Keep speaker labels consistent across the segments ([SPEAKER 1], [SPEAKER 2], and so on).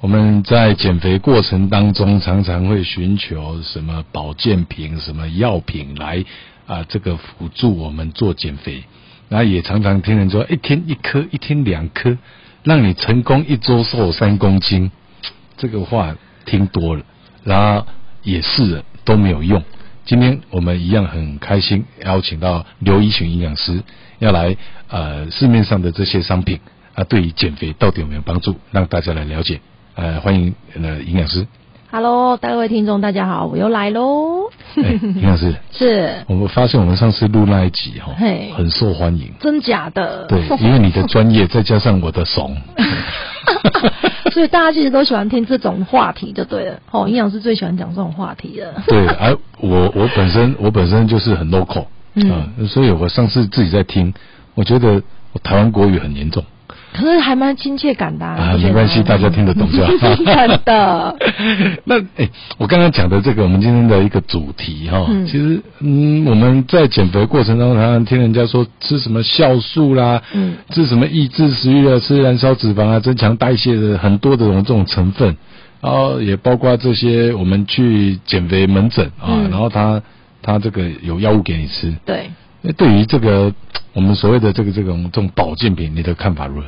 [SPEAKER 1] 我们在减肥过程当中，常常会寻求什么保健品、什么药品来啊、这个辅助我们做减肥。那也常常听人说，一天一颗，一天两颗，让你成功一周瘦三公斤，这个话听多了，然后也是都没有用。今天我们一样很开心，邀请到刘一群营养师要来呃市面上的这些商品啊，对于减肥到底有没有帮助，让大家来了解。呃，欢迎呃营养师，
[SPEAKER 2] Hello，各位听众，大家好，我又来喽。
[SPEAKER 1] 哎，营养师，
[SPEAKER 2] 是
[SPEAKER 1] 我们发现我们上次录那一集哈、
[SPEAKER 2] 嘿
[SPEAKER 1] 很受欢迎。
[SPEAKER 2] 真假的？
[SPEAKER 1] 对，因为你的专业再加上我的怂，
[SPEAKER 2] 所以大家其实都喜欢听这种话题，就对了。哦，营养师最喜欢讲这种话题了。
[SPEAKER 1] 对，而、我我本身我本身就是很 local，
[SPEAKER 2] 嗯
[SPEAKER 1] 呃所以我上次自己在听，我觉得我台湾国语很严重
[SPEAKER 2] 可是还蛮亲切感的
[SPEAKER 1] 啊、
[SPEAKER 2] 你
[SPEAKER 1] 没
[SPEAKER 2] 觉得
[SPEAKER 1] 关系，大家听得懂就好。
[SPEAKER 2] 真的，
[SPEAKER 1] 那哎、我刚刚讲的这个，我们今天的一个主题哈、
[SPEAKER 2] 嗯
[SPEAKER 1] 其实嗯，我们在减肥过程当中，常常听人家说吃什么酵素啦，
[SPEAKER 2] 嗯，
[SPEAKER 1] 吃什么抑制食欲啊，吃燃烧脂肪啊，增强代谢的很多的这种这种成分，然后也包括这些我们去减肥门诊啊，
[SPEAKER 2] 嗯
[SPEAKER 1] 然后他他这个有药物给你吃。
[SPEAKER 2] 对。
[SPEAKER 1] 那对于这个我们所谓的这个这种这种保健品，你的看法如何？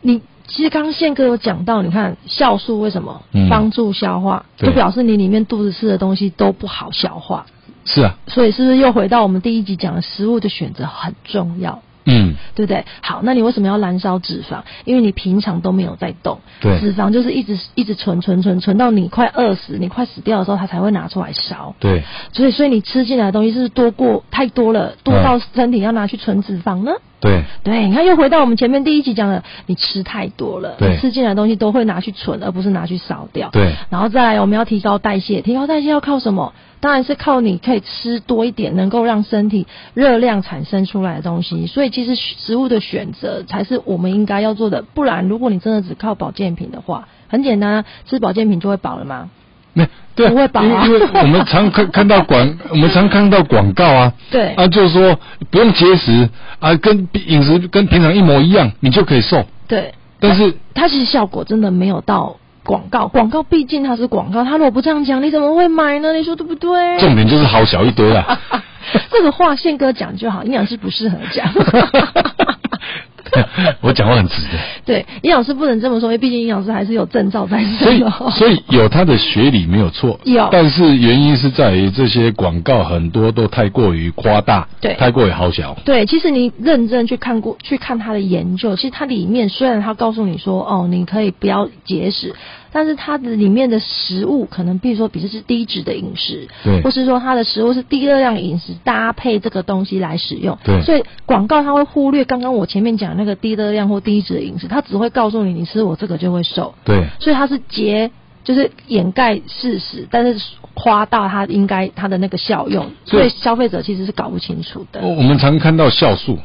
[SPEAKER 2] 你其实刚刚宪哥有讲到，你看酵素为什么
[SPEAKER 1] 嗯
[SPEAKER 2] 帮助消化，
[SPEAKER 1] 对
[SPEAKER 2] 就表示你里面肚子吃的东西都不好消化，
[SPEAKER 1] 是啊，
[SPEAKER 2] 所以是不是又回到我们第一集讲的食物的选择很重要？
[SPEAKER 1] 嗯，
[SPEAKER 2] 对不对？好，那你为什么要燃烧脂肪？因为你平常都没有在动，
[SPEAKER 1] 对
[SPEAKER 2] 脂肪就是一直一直存存存存到你快饿死、你快死掉的时候，它才会拿出来烧。
[SPEAKER 1] 对，
[SPEAKER 2] 所以，所以你吃进来的东西是不是多过太多了，多
[SPEAKER 1] 嗯
[SPEAKER 2] 到身体要拿去存脂肪呢？
[SPEAKER 1] 对，
[SPEAKER 2] 对，你看又回到我们前面第一集讲的，你吃太多了，
[SPEAKER 1] 对
[SPEAKER 2] 你吃进来的东西都会拿去存，而不是拿去烧掉。
[SPEAKER 1] 对，
[SPEAKER 2] 然后再来，我们要提高代谢，提高代谢要靠什么？当然是靠你可以吃多一点，能够让身体热量产生出来的东西。所以其实食物的选择才是我们应该要做的，不然如果你真的只靠保健品的话，很简单啊，吃保健品就会饱了嘛。
[SPEAKER 1] 那对啊，
[SPEAKER 2] 不会饱啊
[SPEAKER 1] 因为因为我们常看看到 广，我们常看到广告啊，
[SPEAKER 2] 对
[SPEAKER 1] 啊，就是说不用节食啊，跟饮食跟平常一模一样，你就可以瘦。
[SPEAKER 2] 对，
[SPEAKER 1] 但是
[SPEAKER 2] 它其实效果真的没有到。广告，广告毕竟它是广告，它如果不这样讲，你怎么会买呢？你说对不对？
[SPEAKER 1] 重点就是好小一堆 啊。
[SPEAKER 2] 这个话宪哥讲就好，营养师不适合讲。
[SPEAKER 1] 我讲话很直的。
[SPEAKER 2] 对，营养师不能这么说，因为毕竟营养师还是有证照在
[SPEAKER 1] 所
[SPEAKER 2] 身
[SPEAKER 1] 以
[SPEAKER 2] 的 哦。
[SPEAKER 1] 所以有它的学理没有错，
[SPEAKER 2] 有
[SPEAKER 1] 但是原因是在于这些广告很多都太过于夸大，
[SPEAKER 2] 对
[SPEAKER 1] 太过于好小，
[SPEAKER 2] 对，其实你认真去看过去看他的研究，其实它里面虽然它告诉你说哦，你可以不要节食，但是它的里面的食物可能，比如说，比如是低脂的饮食，
[SPEAKER 1] 对
[SPEAKER 2] 或是说它的食物是低热量饮食搭配这个东西来使用，
[SPEAKER 1] 对
[SPEAKER 2] 所以广告它会忽略刚刚我前面讲那个低热量或低脂的饮食，它只会告诉你你吃我这个就会瘦，
[SPEAKER 1] 对
[SPEAKER 2] 所以它是节，就是掩盖事实，但是夸大它应该它的那个效用，
[SPEAKER 1] 所
[SPEAKER 2] 所
[SPEAKER 1] 以
[SPEAKER 2] 以消费者其实是搞不清楚的。
[SPEAKER 1] 我我们常看到酵素，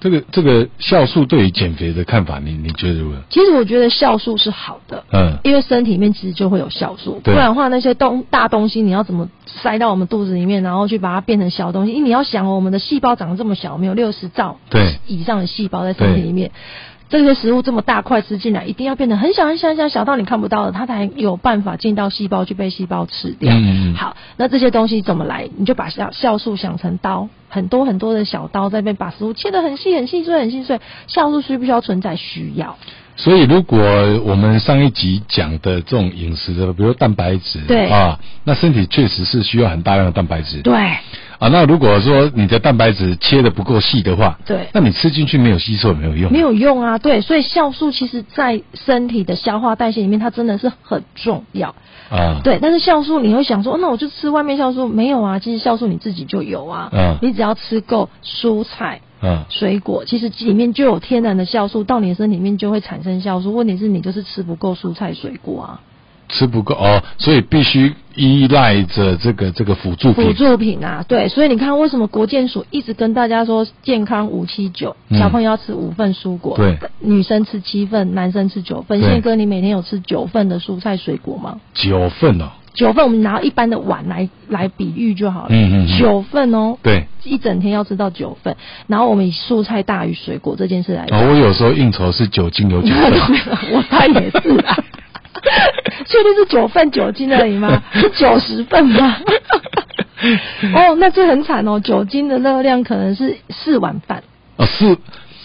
[SPEAKER 1] 这个这个酵素对于减肥的看法，你你觉得如何？
[SPEAKER 2] 其实我觉得酵素是好的，
[SPEAKER 1] 嗯，
[SPEAKER 2] 因为身体里面其实就会有酵素，不
[SPEAKER 1] 对
[SPEAKER 2] 然的话那些东大东西你要怎么塞到我们肚子里面，然后去把它变成小东西？因为你要想哦，我们的细胞长得这么小，我们有六十兆
[SPEAKER 1] 对
[SPEAKER 2] 以上的细胞在身体里面。这些食物这么大块吃进来，一定要变得很小很小很小，小到你看不到的，它才有办法进到细胞去被细胞吃掉。
[SPEAKER 1] 嗯嗯嗯
[SPEAKER 2] 好，那这些东西怎么来？你就把酵酵素想成刀，很多很多的小刀在那边把食物切得很细很细碎很细碎。酵素需不需要存在？需要。
[SPEAKER 1] 所以如果我们上一集讲的这种饮食的，比如蛋白质，
[SPEAKER 2] 对
[SPEAKER 1] 啊，那身体确实是需要很大量的蛋白质，
[SPEAKER 2] 对。
[SPEAKER 1] 啊，那如果说你的蛋白质切的不够细的话，
[SPEAKER 2] 对
[SPEAKER 1] 那你吃进去没有吸收也没有用，
[SPEAKER 2] 没有用啊，对，所以酵素其实在身体的消化代谢里面，它真的是很重要。
[SPEAKER 1] 啊，
[SPEAKER 2] 对，但是酵素你会想说，哦那我就吃外面酵素，没有啊，其实酵素你自己就有啊，
[SPEAKER 1] 嗯
[SPEAKER 2] 你只要吃够蔬菜。
[SPEAKER 1] 嗯，
[SPEAKER 2] 水果其实里面就有天然的酵素，到你的身体里面就会产生酵素。问题是你就是吃不够蔬菜水果啊，
[SPEAKER 1] 吃不够哦，所以必须依赖着这个这个辅助
[SPEAKER 2] 辅
[SPEAKER 1] 品。
[SPEAKER 2] 助品啊，对，所以你看为什么国健署一直跟大家说健康五七九，
[SPEAKER 1] 嗯
[SPEAKER 2] 小朋友要吃五份蔬果，
[SPEAKER 1] 对，
[SPEAKER 2] 女生吃七份，男生吃九份。
[SPEAKER 1] 对
[SPEAKER 2] 宪哥，你每天有吃九份的蔬菜水果吗？
[SPEAKER 1] 九份哦，
[SPEAKER 2] 九份，我们拿一般的碗来来比喻就好了，
[SPEAKER 1] 嗯嗯嗯
[SPEAKER 2] 九份哦，
[SPEAKER 1] 对，
[SPEAKER 2] 一整天要吃到九份，然后我们以蔬菜大于
[SPEAKER 1] 啊
[SPEAKER 2] 水果这件事来
[SPEAKER 1] 哦，我有时候应酬是酒精有九份，
[SPEAKER 2] 我他也是啊。确定是九份酒精而已 吗？是九十份吗？哦，那这很惨哦，酒精的热量可能是四碗饭，
[SPEAKER 1] 啊，是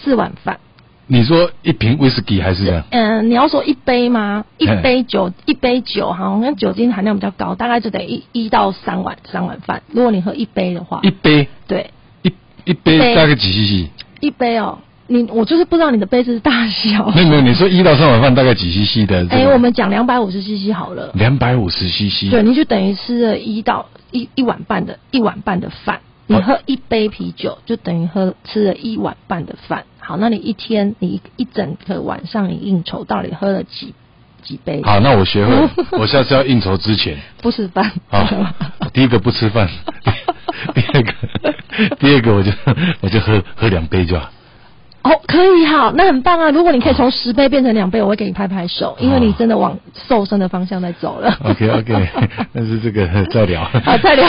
[SPEAKER 2] 四碗饭。
[SPEAKER 1] 你说一瓶威士忌还是这样？
[SPEAKER 2] 嗯、你要说一杯吗？一
[SPEAKER 1] 嗯
[SPEAKER 2] 杯酒，一杯酒好像酒精含量比较高，大概就得一一到三碗三碗饭。如果你喝一杯的话，
[SPEAKER 1] 一杯
[SPEAKER 2] 对，
[SPEAKER 1] 一一杯
[SPEAKER 2] 杯
[SPEAKER 1] 大概几 CC？
[SPEAKER 2] 一杯哦，你我就是不知道你的杯子的大小。
[SPEAKER 1] 没有没有，你说一到三碗饭大概几 CC 的？
[SPEAKER 2] 哦哎、我们讲两百五十 CC 好了，
[SPEAKER 1] 两百五十 CC。
[SPEAKER 2] 对，你就等于吃了一到一一碗半的一碗半的饭，你喝一杯啤酒就等于喝吃了一碗半的饭。好，那你一天你一一整个晚上你应酬到底喝了几几杯？
[SPEAKER 1] 好，那我学会 了，我下次要应酬之前，
[SPEAKER 2] 不吃饭。
[SPEAKER 1] 啊，第一个不吃饭， 第第二个， 第二个我就我就喝喝两杯就好。
[SPEAKER 2] 哦，可以好，那很棒啊！如果你可以从十倍变成两倍，我会给你拍拍手，因为你真的往瘦身的方向在 走了。
[SPEAKER 1] OK OK，但是这个再聊。
[SPEAKER 2] 好再聊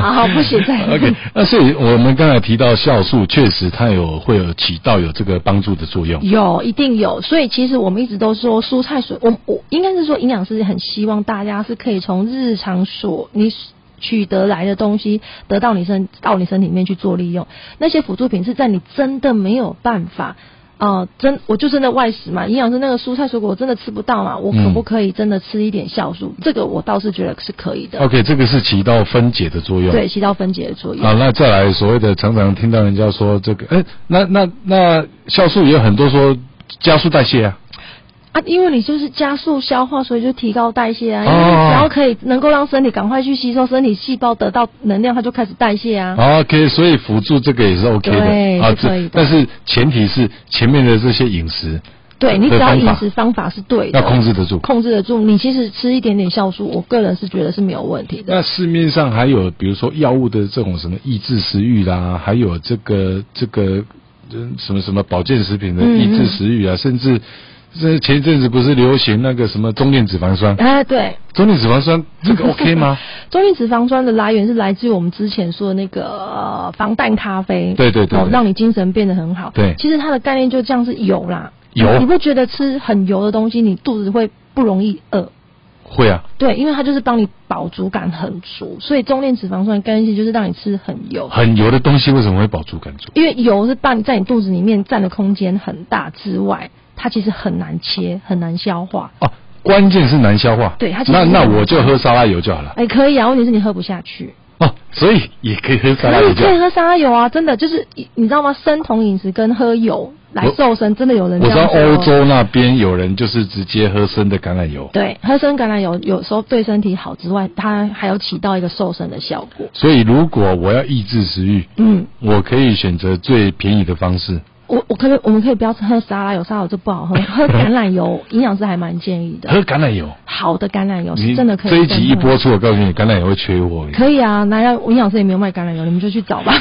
[SPEAKER 2] 好好不行再聊
[SPEAKER 1] OK，那所以我们刚才提到酵素，确实它有会有起到有这个帮助的作用。
[SPEAKER 2] 有，一定有。所以其实我们一直都说蔬菜水，我我应该是说营养师很希望大家是可以从日常所你取得来的东西，得到你身到你身体里面去做利用。那些辅助品是在你真的没有办法。呃，真我就真的外食嘛，营养师那个蔬菜水果我真的吃不到嘛，我可
[SPEAKER 1] 嗯
[SPEAKER 2] 不可以真的吃一点酵素？这个我倒是觉得是可以的，
[SPEAKER 1] OK，这个是起到分解的作用。
[SPEAKER 2] 对，起到分解的作用。
[SPEAKER 1] 好，那再来所谓的常常听到人家说这个，哎、那那那酵素也有很多说加速代谢啊，
[SPEAKER 2] 啊，因为你就是加速消化，所以就提高代谢啊。
[SPEAKER 1] 哦
[SPEAKER 2] 因为你只要可以能够让身体赶快去吸收，身体细胞得到能量，它就开始代谢啊。
[SPEAKER 1] 好 OK，所以辅助这个也是 OK
[SPEAKER 2] 对
[SPEAKER 1] 的啊，
[SPEAKER 2] 是可以的
[SPEAKER 1] 这但是前提是前面的这些饮食
[SPEAKER 2] 对你只要
[SPEAKER 1] 这个
[SPEAKER 2] 饮
[SPEAKER 1] 方法
[SPEAKER 2] 食方法是对的，
[SPEAKER 1] 要控制得住。
[SPEAKER 2] 控制得住，你其实吃一点点酵素，我个人是觉得是没有问题的。
[SPEAKER 1] 那市面上还有比如说药物的这种什么抑制食欲啦，还有这个这个呃什么什么保健食品的
[SPEAKER 2] 嗯嗯
[SPEAKER 1] 抑制食欲啊，甚至这前一阵子不是流行那个什么中链脂肪酸，
[SPEAKER 2] 哎、对，
[SPEAKER 1] 中链脂肪酸这 个 OK 吗？
[SPEAKER 2] 中性脂肪酸的来源是来自于我们之前说的那个、呃、防弹咖啡，
[SPEAKER 1] 对对对
[SPEAKER 2] 哦
[SPEAKER 1] 对
[SPEAKER 2] 让你精神变得很好。
[SPEAKER 1] 对
[SPEAKER 2] 其实它的概念就这样是油啦，
[SPEAKER 1] 油
[SPEAKER 2] 你不觉得吃很油的东西，你肚子会不容易饿？
[SPEAKER 1] 会啊，
[SPEAKER 2] 对，因为它就是帮你饱足感很足，所以中链脂肪酸干性就是让你吃很油，
[SPEAKER 1] 很油的东西为什么会饱足感足？
[SPEAKER 2] 因为油是帮你在你肚子里面占的空间很大之外，它其实很难切，很难消化。
[SPEAKER 1] 哦，关键是难消化。
[SPEAKER 2] 对它其实
[SPEAKER 1] 那
[SPEAKER 2] 是
[SPEAKER 1] 那
[SPEAKER 2] 很难
[SPEAKER 1] 我就喝沙拉油就好了。
[SPEAKER 2] 哎，可以啊，问题是你喝不下去。
[SPEAKER 1] 哦，所以也可以喝沙
[SPEAKER 2] 可
[SPEAKER 1] 拉
[SPEAKER 2] 以
[SPEAKER 1] 油就
[SPEAKER 2] 可以
[SPEAKER 1] 好。
[SPEAKER 2] 喝沙拉油啊，真的就是你你知道吗？生酮饮食跟喝油来
[SPEAKER 1] 我
[SPEAKER 2] 瘦身，真的有人
[SPEAKER 1] 我
[SPEAKER 2] 这
[SPEAKER 1] 知道
[SPEAKER 2] 样说哦
[SPEAKER 1] 欧洲那边有人就是直接喝生的橄榄油，
[SPEAKER 2] 对喝生橄榄油有时候对身体好之外，它还有起到一个瘦身的效果。
[SPEAKER 1] 所以如果我要抑制食欲，
[SPEAKER 2] 嗯，
[SPEAKER 1] 我可以选择最便宜的方式。
[SPEAKER 2] 我我可不可以我们可以不要喝沙拉油，沙拉油就不 好喝，喝橄榄油，营养师还蛮建议的。
[SPEAKER 1] 喝橄榄油，
[SPEAKER 2] 好的橄榄油哦是
[SPEAKER 1] 你
[SPEAKER 2] 真的可以。
[SPEAKER 1] 这一集一播。出，我告诉你，橄榄油会缺货。
[SPEAKER 2] 可以啊，那要营养师也没有卖橄榄油，你们就去找吧。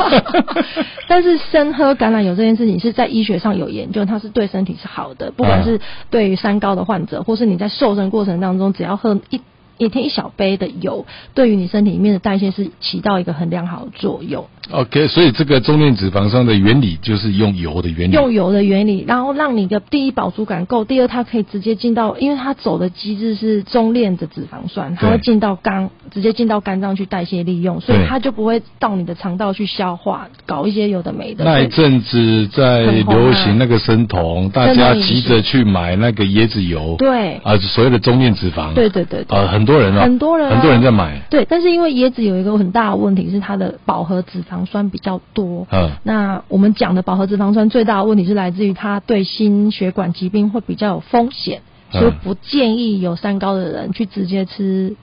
[SPEAKER 2] 但是生喝橄榄油这件事情是在医学上有研究，它是对身体是好的，不
[SPEAKER 1] 啊
[SPEAKER 2] 管是对于三高的患者，或是你在瘦身过程当中，只要喝一一天一小杯的油，对于你身体里面的代谢是起到一个很良好的作用。
[SPEAKER 1] OK，所以这个中链脂肪酸的原理就是用油的原理。
[SPEAKER 2] 用油的原理，然后让你的第一饱足感够，第二它可以直接进到，因为它走的机制是中链的脂肪酸，它
[SPEAKER 1] 对
[SPEAKER 2] 会进到肝，直接进到肝脏去代谢利用，所以
[SPEAKER 1] 对
[SPEAKER 2] 它就不会到你的肠道去消化，搞一些有的没的。
[SPEAKER 1] 那一
[SPEAKER 2] 对
[SPEAKER 1] 阵子在
[SPEAKER 2] 很红啊
[SPEAKER 1] 流行那个生酮，
[SPEAKER 2] 嗯
[SPEAKER 1] 大家急着去买那个椰子油，
[SPEAKER 2] 对
[SPEAKER 1] 啊，所谓的中链脂肪，
[SPEAKER 2] 对对对对
[SPEAKER 1] 啊，很多人啊，
[SPEAKER 2] 很多人啊
[SPEAKER 1] 很多人在买，
[SPEAKER 2] 对，但是因为椰子有一个很大的问题是它的饱和脂肪酸比较多。
[SPEAKER 1] 嗯，
[SPEAKER 2] 那我们讲的饱和脂肪酸最大的问题是来自于它对心血管疾病会比较有风险，
[SPEAKER 1] 嗯
[SPEAKER 2] 所以不建议有三高的人去直接吃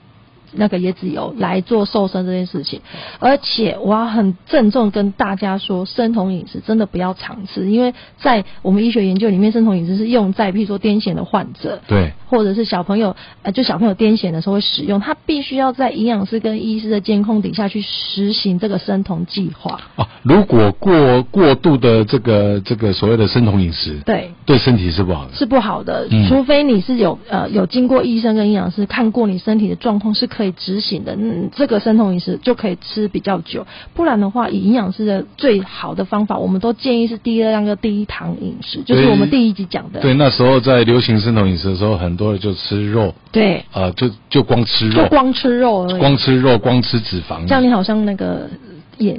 [SPEAKER 2] 那个椰子油来做瘦身这件事情。而且我要很郑重跟大家说，生酮饮食真的不要常吃，因为在我们医学研究里面，生酮饮食是用在譬如说癫痫的患者，
[SPEAKER 1] 对，
[SPEAKER 2] 或者是小朋友，呃，就小朋友癫痫的时候会使用，它必须要在营养师跟医师的监控底下去实行这个生酮计划。
[SPEAKER 1] 啊，如果过过度的这个这个所谓的生酮饮食，
[SPEAKER 2] 对，
[SPEAKER 1] 对身体是不好的。
[SPEAKER 2] 是不好的，
[SPEAKER 1] 嗯
[SPEAKER 2] 除非你是有呃有经过医生跟营养师看过你身体的状况是可以执行的，嗯，这个生酮饮食就可以吃比较久，不然的话，以营养师的最好的方法，我们都建议是低热量跟低糖饮食，就是我们第一集讲的。
[SPEAKER 1] 对，那时候在流行生酮饮食的时候，很多人就吃肉，
[SPEAKER 2] 对，
[SPEAKER 1] 呃，就就光吃
[SPEAKER 2] 就
[SPEAKER 1] 肉，
[SPEAKER 2] 光吃肉而已。
[SPEAKER 1] 光吃肉，光吃脂肪，
[SPEAKER 2] 这样你好像那个 野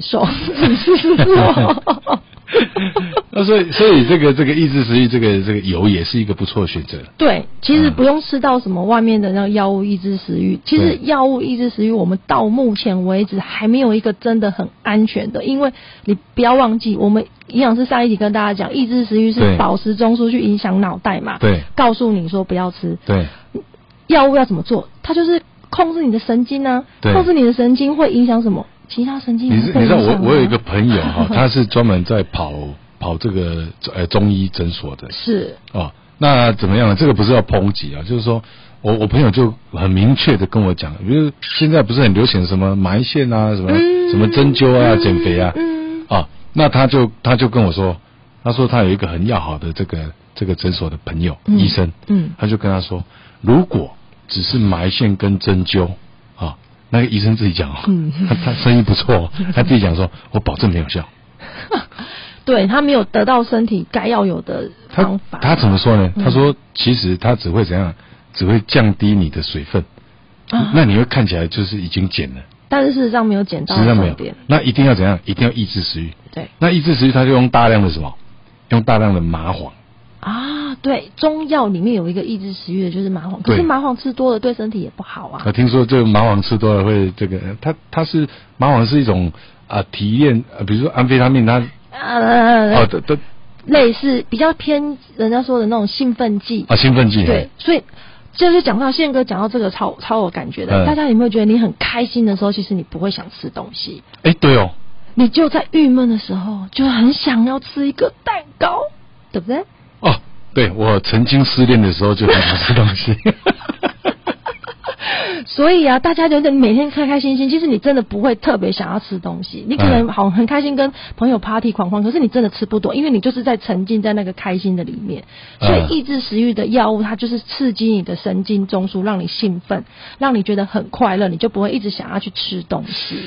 [SPEAKER 2] 兽， 只是肉。
[SPEAKER 1] 那所以所以这个这个抑制食欲，这个这个油也是一个不错的选择。
[SPEAKER 2] 对，其实
[SPEAKER 1] 嗯
[SPEAKER 2] 不用吃到什么外面的那个药物抑制食欲。其实
[SPEAKER 1] 对
[SPEAKER 2] 药物抑制食欲，我们到目前为止还没有一个真的很安全的，因为你不要忘记，我们营养师上一集跟大家讲，抑制食欲
[SPEAKER 1] 对
[SPEAKER 2] 是饱食中枢去影响脑袋嘛，
[SPEAKER 1] 对
[SPEAKER 2] 告诉你说不要吃
[SPEAKER 1] 对
[SPEAKER 2] 药物要怎么做，它就是控制你的神经啊，
[SPEAKER 1] 对
[SPEAKER 2] 控制你的神经会影响什么？其他神经
[SPEAKER 1] 你
[SPEAKER 2] 也
[SPEAKER 1] 知
[SPEAKER 2] 会
[SPEAKER 1] 你知道
[SPEAKER 2] 影
[SPEAKER 1] 我
[SPEAKER 2] 响
[SPEAKER 1] 我有一
[SPEAKER 2] 啊
[SPEAKER 1] 个朋友 哈、他是专门在跑跑这个呃中医诊所的
[SPEAKER 2] 是
[SPEAKER 1] 哦。那怎么样呢？这个不是要抨击啊，就是说我我朋友就很明确的跟我讲，比如现在不是很流行什么埋线啊，什么、
[SPEAKER 2] 嗯
[SPEAKER 1] 什么针灸啊、
[SPEAKER 2] 嗯
[SPEAKER 1] 减肥啊，
[SPEAKER 2] 嗯
[SPEAKER 1] 啊，那他就他就跟我说，他说他有一个很要好的这个这个诊所的朋友、
[SPEAKER 2] 嗯
[SPEAKER 1] 医生，
[SPEAKER 2] 嗯
[SPEAKER 1] 他就跟他说，如果只是埋线跟针灸啊，那个医生自己讲哦，
[SPEAKER 2] 嗯
[SPEAKER 1] 他 他生意不错 哦，他自己讲说，我保证没有效。
[SPEAKER 2] 对他没有得到身体该要有的方
[SPEAKER 1] 他
[SPEAKER 2] 法。
[SPEAKER 1] 他怎么说呢？
[SPEAKER 2] 嗯
[SPEAKER 1] 他说，其实他只会怎样，啊只会降低你的水分，
[SPEAKER 2] 啊
[SPEAKER 1] 那你会看起来就是已经减了，
[SPEAKER 2] 但是事实上没有减到
[SPEAKER 1] 实际上没
[SPEAKER 2] 重
[SPEAKER 1] 有
[SPEAKER 2] 点。。
[SPEAKER 1] 那一定要怎样？一定要抑制食欲。
[SPEAKER 2] 对
[SPEAKER 1] 那抑制食欲，他就用大量的什么？用大量的麻黄。
[SPEAKER 2] 啊，对，中药里面有一个抑制食欲的，就是麻黄。可
[SPEAKER 1] 对
[SPEAKER 2] 是麻黄吃多了对身体也不好啊。
[SPEAKER 1] 我听说这个麻黄吃多了会这个，呃它它是麻黄是一种啊、体验，呃比如说安非他命它，哦
[SPEAKER 2] 呃，
[SPEAKER 1] 的的
[SPEAKER 2] 类似比较偏人家说的那种兴奋剂。
[SPEAKER 1] 啊兴奋剂，
[SPEAKER 2] 对，所以就是讲到宪哥讲到这个超超有感觉的，
[SPEAKER 1] 嗯
[SPEAKER 2] 大家有没有觉得你很开心的时候，其实你不会想吃东西，
[SPEAKER 1] 哎对哦，
[SPEAKER 2] 你就在郁闷的时候就很想要吃一个蛋糕，对不对？
[SPEAKER 1] 哦对我曾经失恋的时候就很想吃东 西，
[SPEAKER 2] 所以啊，大家觉得每天开开心心，其实你真的不会特别想要吃东西。你可能
[SPEAKER 1] 嗯
[SPEAKER 2] 好很开心跟朋友 party 狂欢，可是你真的吃不多，因为你就是在沉浸在那个开心的里面。所
[SPEAKER 1] 嗯
[SPEAKER 2] 以抑制食欲的药物，它就是刺激你的神经中枢，让你兴奋，让你觉得很快乐，你就不会一直想要去吃东西。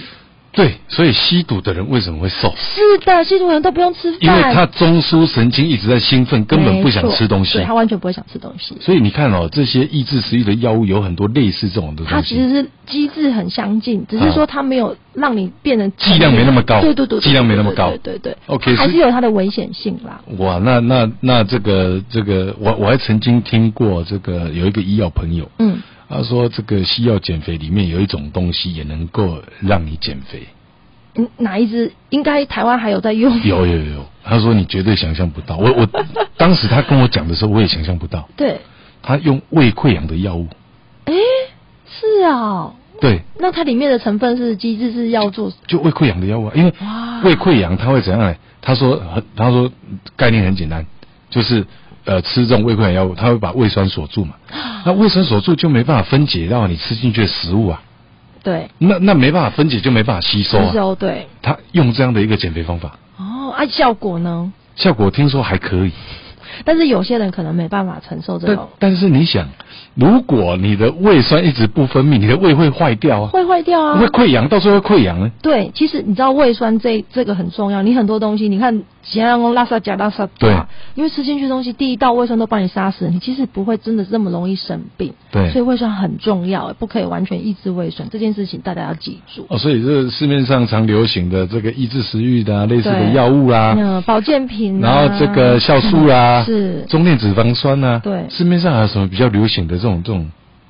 [SPEAKER 1] 对，所以吸毒的人为什么会瘦？
[SPEAKER 2] 是的，吸毒人都不用吃饭，
[SPEAKER 1] 因为他中枢神经一直在兴奋，根本不想吃东
[SPEAKER 2] 没错
[SPEAKER 1] 西
[SPEAKER 2] 对他。完全不会想吃东西。
[SPEAKER 1] 所以你看哦，这些抑制食欲的药物有很多类似这种的
[SPEAKER 2] 它
[SPEAKER 1] 东西，
[SPEAKER 2] 其实是机制很相近，只是说它没有让你变成
[SPEAKER 1] 剂量没那么高
[SPEAKER 2] 对对对，对
[SPEAKER 1] 剂量没那么高
[SPEAKER 2] 对对对对
[SPEAKER 1] OK，
[SPEAKER 2] 它还
[SPEAKER 1] 是
[SPEAKER 2] 是有它的危险性啦。
[SPEAKER 1] 哇，那那那这个这个，我我还曾经听过这个有一个医药朋友，
[SPEAKER 2] 嗯，
[SPEAKER 1] 他说这个西药减肥里面有一种东西也能够让你减肥，
[SPEAKER 2] 嗯哪一支？应该台湾还有在用。
[SPEAKER 1] 有有有，他说你绝对想象不到，我 我当时他跟我讲的时候我也想象不到，
[SPEAKER 2] 对，
[SPEAKER 1] 他用胃溃疡的药物，
[SPEAKER 2] 哎，是啊，
[SPEAKER 1] 对，
[SPEAKER 2] 那它里面的成分是机制是要做
[SPEAKER 1] 就胃溃疡的药物啊，因为
[SPEAKER 2] 哇
[SPEAKER 1] 胃溃疡它会怎样呢？他说很他说概念很简单，就是呃吃这种胃溃疡药物，它会把胃酸锁住嘛，
[SPEAKER 2] 啊
[SPEAKER 1] 那胃酸锁住就没办法分解到你吃进去的食物啊，
[SPEAKER 2] 对
[SPEAKER 1] 那那没办法分解就没办法吸收
[SPEAKER 2] 吸
[SPEAKER 1] 啊，
[SPEAKER 2] 收对
[SPEAKER 1] 他用这样的一个减肥方法。
[SPEAKER 2] 哦，啊效果呢？
[SPEAKER 1] 效果听说还可以，
[SPEAKER 2] 但是有些人可能没办法承受这
[SPEAKER 1] 但
[SPEAKER 2] 种，
[SPEAKER 1] 但是你想，如果你的胃酸一直不分泌，你的胃会坏掉啊，
[SPEAKER 2] 会坏掉啊
[SPEAKER 1] 会。溃疡，到时候会溃疡呢。
[SPEAKER 2] 对，其实你知道胃酸这这个很重要，你很多东西，你看咸阳公拉萨加拉萨
[SPEAKER 1] 对
[SPEAKER 2] 因为吃进去的东西，第一道胃酸都帮你杀死了，你其实不会真的这么容易生病，
[SPEAKER 1] 对
[SPEAKER 2] 所以胃酸很重要，不可以完全抑制胃酸，这件事情大家要记住。
[SPEAKER 1] 哦，所以这市面上常流行的这个抑制食欲的、啊、类似的
[SPEAKER 2] 对
[SPEAKER 1] 药物啦、
[SPEAKER 2] 那保健品、
[SPEAKER 1] 然
[SPEAKER 2] 啊，
[SPEAKER 1] 后这个酵素 啊啦、
[SPEAKER 2] 是
[SPEAKER 1] 中链脂肪酸啊，
[SPEAKER 2] 对
[SPEAKER 1] 市面上还有什么比较流行的这种这种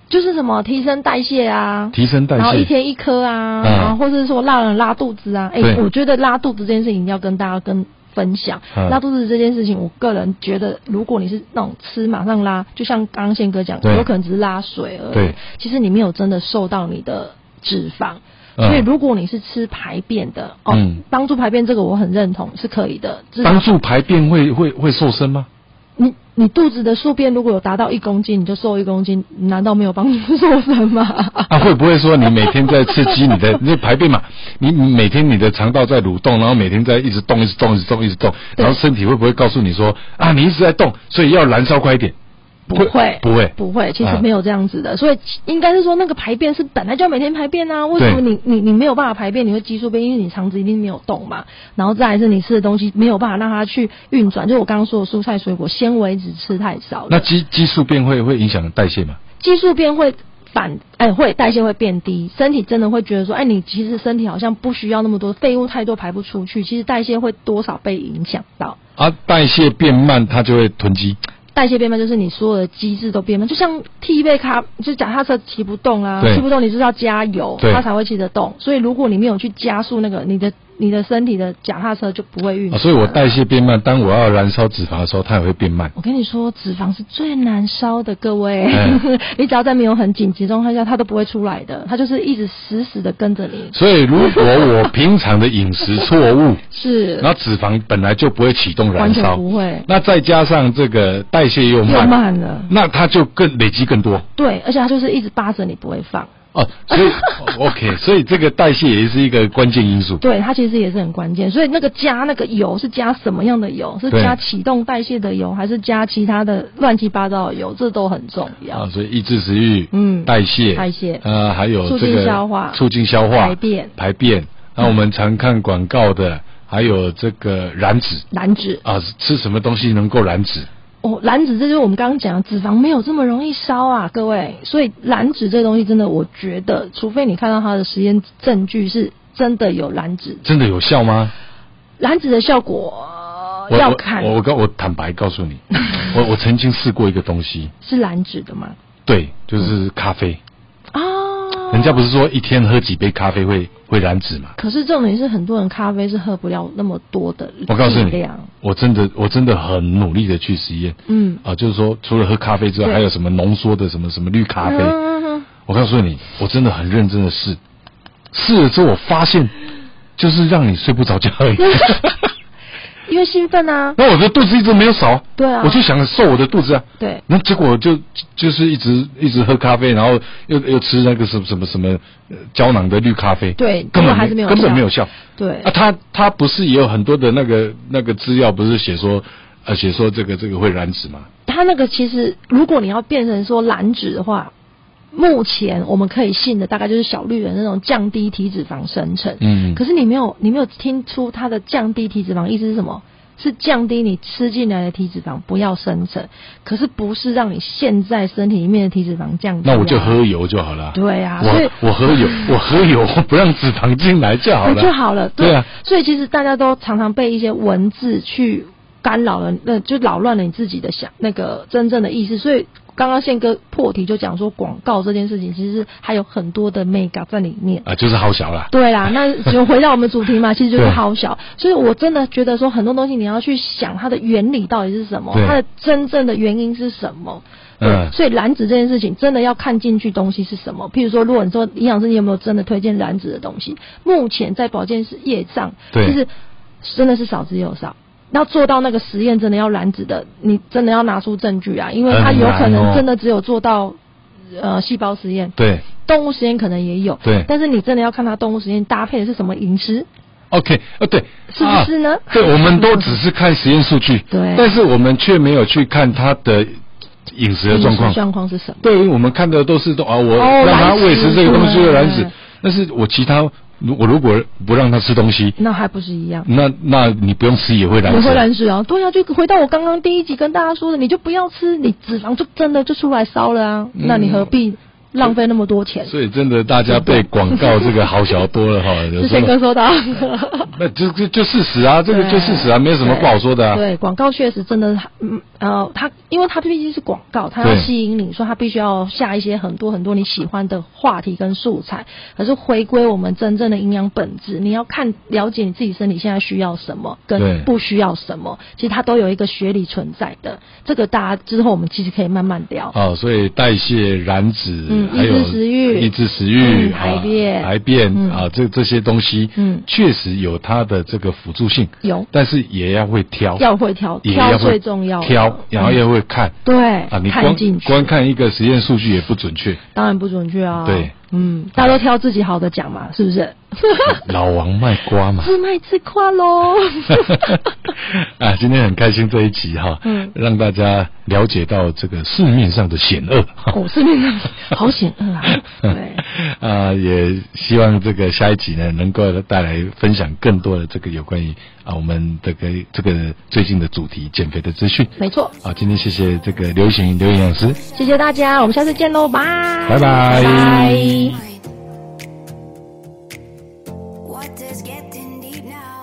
[SPEAKER 2] 就是什么提升代谢啊，
[SPEAKER 1] 提升代
[SPEAKER 2] 然后一
[SPEAKER 1] 谢？
[SPEAKER 2] 天一颗啊，
[SPEAKER 1] 嗯
[SPEAKER 2] 然后或者是说让人拉肚子啊，哎、
[SPEAKER 1] 对
[SPEAKER 2] 我觉得拉肚子这件事情一定要跟大家跟分享。
[SPEAKER 1] 嗯
[SPEAKER 2] 拉肚子这件事情，我个人觉得，如果你是那种吃马上拉，就像刚刚宪哥讲，
[SPEAKER 1] 对
[SPEAKER 2] 有可能只是拉水而已。
[SPEAKER 1] 对，
[SPEAKER 2] 其实你没有真的受到你的脂肪。
[SPEAKER 1] 嗯
[SPEAKER 2] 所以，如果你是吃排便的，哦
[SPEAKER 1] 嗯，
[SPEAKER 2] 帮、助排便这个我很认同，是可以的。至少
[SPEAKER 1] 帮助排便会会会瘦身吗？
[SPEAKER 2] 你你肚子的宿便如果有达到一公斤，你就瘦一公斤，难道没有帮助瘦身吗？
[SPEAKER 1] 啊，会不会说你每天在刺激你 的那排便嘛？你你每天你的肠道在蠕动，然后每天在一直动，一直动，一直动，一直动，
[SPEAKER 2] 对
[SPEAKER 1] 然后身体会不会告诉你说啊，你一直在动，所以要燃烧快一点？
[SPEAKER 2] 不会，
[SPEAKER 1] 不会
[SPEAKER 2] 不会，其实
[SPEAKER 1] 啊
[SPEAKER 2] 没有这样子的，所以应该是说那个排便是本来就要每天排便啊，为什么你你你没有办法排便，你会激素便，因为你肠子一定没有动嘛，然后再来是你吃的东西没有办法让它去运转，就我刚刚说的蔬菜水果纤维质吃太少
[SPEAKER 1] 那
[SPEAKER 2] 了，
[SPEAKER 1] 激激素变会会影响代谢吗？
[SPEAKER 2] 激素变会。反哎会代谢会变低，身体真的会觉得说，哎，你其实身体好像不需要那么多废物太多排不出去，其实代谢会多少被影响到。
[SPEAKER 1] 啊，代谢变慢，它就会囤积。
[SPEAKER 2] 代谢变慢就是你所有的机制都变慢，就像踢一杯卡，就脚踏车骑不动啊，
[SPEAKER 1] 对
[SPEAKER 2] 骑不动你就是要加油，
[SPEAKER 1] 对
[SPEAKER 2] 它才会骑得动。所以如果你没有去加速那个，你的你的身体的脚踏车就不会运、
[SPEAKER 1] 啊，所以我代。谢变慢，当我要燃烧脂肪的时候，它也会变慢。
[SPEAKER 2] 我跟你说，脂肪是最难烧的，各位。
[SPEAKER 1] 嗯
[SPEAKER 2] 你只要在没有很紧急状态下，它都不会出来的，它就是一直死死的跟着你。
[SPEAKER 1] 所以如果我平常的饮食错 误，
[SPEAKER 2] 是，
[SPEAKER 1] 那脂肪本来就不会启动燃
[SPEAKER 2] 完全
[SPEAKER 1] 烧，
[SPEAKER 2] 不会，
[SPEAKER 1] 那再加上这个代谢又
[SPEAKER 2] 又
[SPEAKER 1] 慢，
[SPEAKER 2] 慢了。
[SPEAKER 1] 那它就更累积更多
[SPEAKER 2] 对，而且它就是一直扒着你不会放。
[SPEAKER 1] 哦。所 以哦 OK，所以这个代谢也是一个关键因素。
[SPEAKER 2] 对，它其实也是很关键。所以那个加那个油是加什么样的油？是
[SPEAKER 1] 对
[SPEAKER 2] 加启动代谢的油，还是加其他的乱七八糟的油？这都很重要。
[SPEAKER 1] 啊，所以抑制食欲，
[SPEAKER 2] 嗯
[SPEAKER 1] 代谢，
[SPEAKER 2] 代谢
[SPEAKER 1] 呃，还有
[SPEAKER 2] 促
[SPEAKER 1] 这
[SPEAKER 2] 进
[SPEAKER 1] 个
[SPEAKER 2] 消化
[SPEAKER 1] 促进消化，
[SPEAKER 2] 排便嗯
[SPEAKER 1] 排便。那我们常看广告的，还有这个燃脂
[SPEAKER 2] 燃脂
[SPEAKER 1] 啊，吃什么东西能够燃脂？
[SPEAKER 2] 哦，燃脂这就是我们刚刚讲的，脂肪没有这么容易烧啊，各位。所以燃脂这个东西真的，我觉得，除非你看到它的实验证据是真的有燃脂，
[SPEAKER 1] 真的有效吗？
[SPEAKER 2] 燃脂的效果、呃
[SPEAKER 1] 我
[SPEAKER 2] 要看
[SPEAKER 1] 我我告我坦白告 诉你，我我曾经试过一个东西，
[SPEAKER 2] 是燃脂的吗？
[SPEAKER 1] 对，就是咖啡。
[SPEAKER 2] 啊、
[SPEAKER 1] 人家不是说一天喝几杯咖啡会会燃脂吗？
[SPEAKER 2] 可是重点是，很多人咖啡是喝不了那么多的
[SPEAKER 1] 我告诉
[SPEAKER 2] 剂
[SPEAKER 1] 你
[SPEAKER 2] 量，
[SPEAKER 1] 我真的我真的很努力的去实验
[SPEAKER 2] 嗯，
[SPEAKER 1] 啊，就是说除了喝咖啡之外，
[SPEAKER 2] 对
[SPEAKER 1] 还有什么浓缩的什么什么绿咖啡。
[SPEAKER 2] 嗯
[SPEAKER 1] 我告诉你，我真的很认真的试，试了之后我发现，就是让你睡不着觉而 已。
[SPEAKER 2] 因为兴奋啊，
[SPEAKER 1] 那我的肚子一直没有少，
[SPEAKER 2] 对啊
[SPEAKER 1] 我就想瘦我的肚子啊。
[SPEAKER 2] 对，
[SPEAKER 1] 那结果就就是一直一直喝咖啡，然后又又吃那个什么什么什么呃胶囊的绿咖啡，
[SPEAKER 2] 对
[SPEAKER 1] 根
[SPEAKER 2] 结果
[SPEAKER 1] 本
[SPEAKER 2] 还是没有
[SPEAKER 1] 根本
[SPEAKER 2] 效
[SPEAKER 1] 没有效。
[SPEAKER 2] 对
[SPEAKER 1] 啊，他他不是也有很多的那个那个资料，不是写说呃写说这个这个会燃脂吗？
[SPEAKER 2] 它那个其实，如果你要变成说燃脂的话，目前我们可以信的大概就是小绿人那种降低体脂肪生成。
[SPEAKER 1] 嗯
[SPEAKER 2] 可是你没有，你没有听出它的降低体脂肪意思是什么？是降低你吃进来的体脂肪不要生成，可是不是让你现在身体里面的体脂肪降低、啊。
[SPEAKER 1] 那我就。喝油就好了。
[SPEAKER 2] 对啊，所以
[SPEAKER 1] 我我喝油，我喝油，我不让脂肪进来就好
[SPEAKER 2] 那
[SPEAKER 1] 了。
[SPEAKER 2] 哦就好了。
[SPEAKER 1] 对啊，
[SPEAKER 2] 所以其实大家都常常被一些文字去干扰了，那就扰乱了你自己的想那个真正的意思。所以刚刚宪哥破题就讲说，广告这件事情其实还有很多的 make up 在里面。
[SPEAKER 1] 啊，就是好小啦。
[SPEAKER 2] 对啦，那就回到我们主题嘛，其实就是
[SPEAKER 1] 对
[SPEAKER 2] 好 小。所以我真的觉得说，很多东西你要去想它的原理到底是什么，
[SPEAKER 1] 对
[SPEAKER 2] 它的真正的原因是什么。对
[SPEAKER 1] 嗯
[SPEAKER 2] 所以燃脂这件事情真的要看进去东西是什么。譬如说，如果你说营养师，你有没有真的推荐燃脂的东西？目前在保健室业上，
[SPEAKER 1] 对
[SPEAKER 2] 就是真的是少之又少。那做到那个实验真的要燃脂的，你真的要拿出证据啊，因为它
[SPEAKER 1] 很
[SPEAKER 2] 有可
[SPEAKER 1] 难哦
[SPEAKER 2] 能真的只有做到呃细胞实验，
[SPEAKER 1] 对
[SPEAKER 2] 动物实验可能也有，
[SPEAKER 1] 对
[SPEAKER 2] 但是你真的要看它动物实验搭配的是什么饮食，
[SPEAKER 1] ，OK，呃，对，
[SPEAKER 2] 是不是呢嗯
[SPEAKER 1] 啊对，我们都只是看实验数据，
[SPEAKER 2] 对
[SPEAKER 1] 但是我们却没有去看它的饮食的状
[SPEAKER 2] 饮
[SPEAKER 1] 况
[SPEAKER 2] 食。状况是什么？
[SPEAKER 1] 对于我们看的都是都啊，我
[SPEAKER 2] 哦
[SPEAKER 1] 让它喂食这个东西
[SPEAKER 2] 对
[SPEAKER 1] 就燃脂，但是我其他如我如果不让它吃东西，
[SPEAKER 2] 那还不是一样？
[SPEAKER 1] 那那你不用吃也会燃
[SPEAKER 2] 也
[SPEAKER 1] 脂
[SPEAKER 2] 会。燃脂啊，对啊，就回到我刚刚第一集跟大家说的，你就不要吃，你脂肪就真的就出来烧了啊，那
[SPEAKER 1] 嗯
[SPEAKER 2] 你何必浪费那么多钱？
[SPEAKER 1] 所以真的，大家被广告这个好小多 了哈。有
[SPEAKER 2] 是
[SPEAKER 1] 时
[SPEAKER 2] 宪
[SPEAKER 1] 候
[SPEAKER 2] 哥说的啊，
[SPEAKER 1] 那就就就事实啊，这个
[SPEAKER 2] 对
[SPEAKER 1] 就事实啊，没有什么不好说的啊。
[SPEAKER 2] 对，广告确实真的，嗯呃，它因为它毕竟是广告，它要
[SPEAKER 1] 对
[SPEAKER 2] 吸引你，所以它必须要下一些很多很多你喜欢的话题跟素材。可是回归我们真正的营养本质，你要看了解你自己身体现在需要什么，
[SPEAKER 1] 对
[SPEAKER 2] 跟不需要什么，其实它都有一个学理存在的。这个大家之后我们其实可以慢慢聊。
[SPEAKER 1] 哦，所以代谢、燃脂，
[SPEAKER 2] 嗯
[SPEAKER 1] 还有
[SPEAKER 2] 抑制食欲
[SPEAKER 1] 抑制食欲、
[SPEAKER 2] 嗯排
[SPEAKER 1] 啊
[SPEAKER 2] 便
[SPEAKER 1] 排便、
[SPEAKER 2] 嗯
[SPEAKER 1] 啊，这这些东西，
[SPEAKER 2] 嗯
[SPEAKER 1] 确实有它的这个辅助性，
[SPEAKER 2] 有
[SPEAKER 1] 但是也要会挑，
[SPEAKER 2] 要会挑，
[SPEAKER 1] 也要
[SPEAKER 2] 挑
[SPEAKER 1] 会
[SPEAKER 2] 最重要的。
[SPEAKER 1] 挑，然后
[SPEAKER 2] 嗯
[SPEAKER 1] 要会看、
[SPEAKER 2] 对
[SPEAKER 1] 啊，你光
[SPEAKER 2] 看进去，
[SPEAKER 1] 光看一个实验数据也不准确，
[SPEAKER 2] 当然不准确啊。
[SPEAKER 1] 对，啊
[SPEAKER 2] 嗯，大家都挑自己好的讲嘛，是不 是？
[SPEAKER 1] 老王卖瓜嘛。
[SPEAKER 2] 自卖自夸喽。
[SPEAKER 1] 啊，今天很开心这一集哈，
[SPEAKER 2] 嗯
[SPEAKER 1] 让大家了解到这个市面上的险恶。
[SPEAKER 2] 哦，是那个好险恶啊！对，
[SPEAKER 1] 啊，也希望这个下一集呢，能够带来分享更多的这个有关于啊我们这个这个最近的主题减肥的资讯。
[SPEAKER 2] 没错，
[SPEAKER 1] 好，今天谢谢这个刘行刘营养师，
[SPEAKER 2] 谢谢大家，我们下次见喽，拜，
[SPEAKER 1] 拜拜
[SPEAKER 2] 拜拜
[SPEAKER 3] What is getting deep now?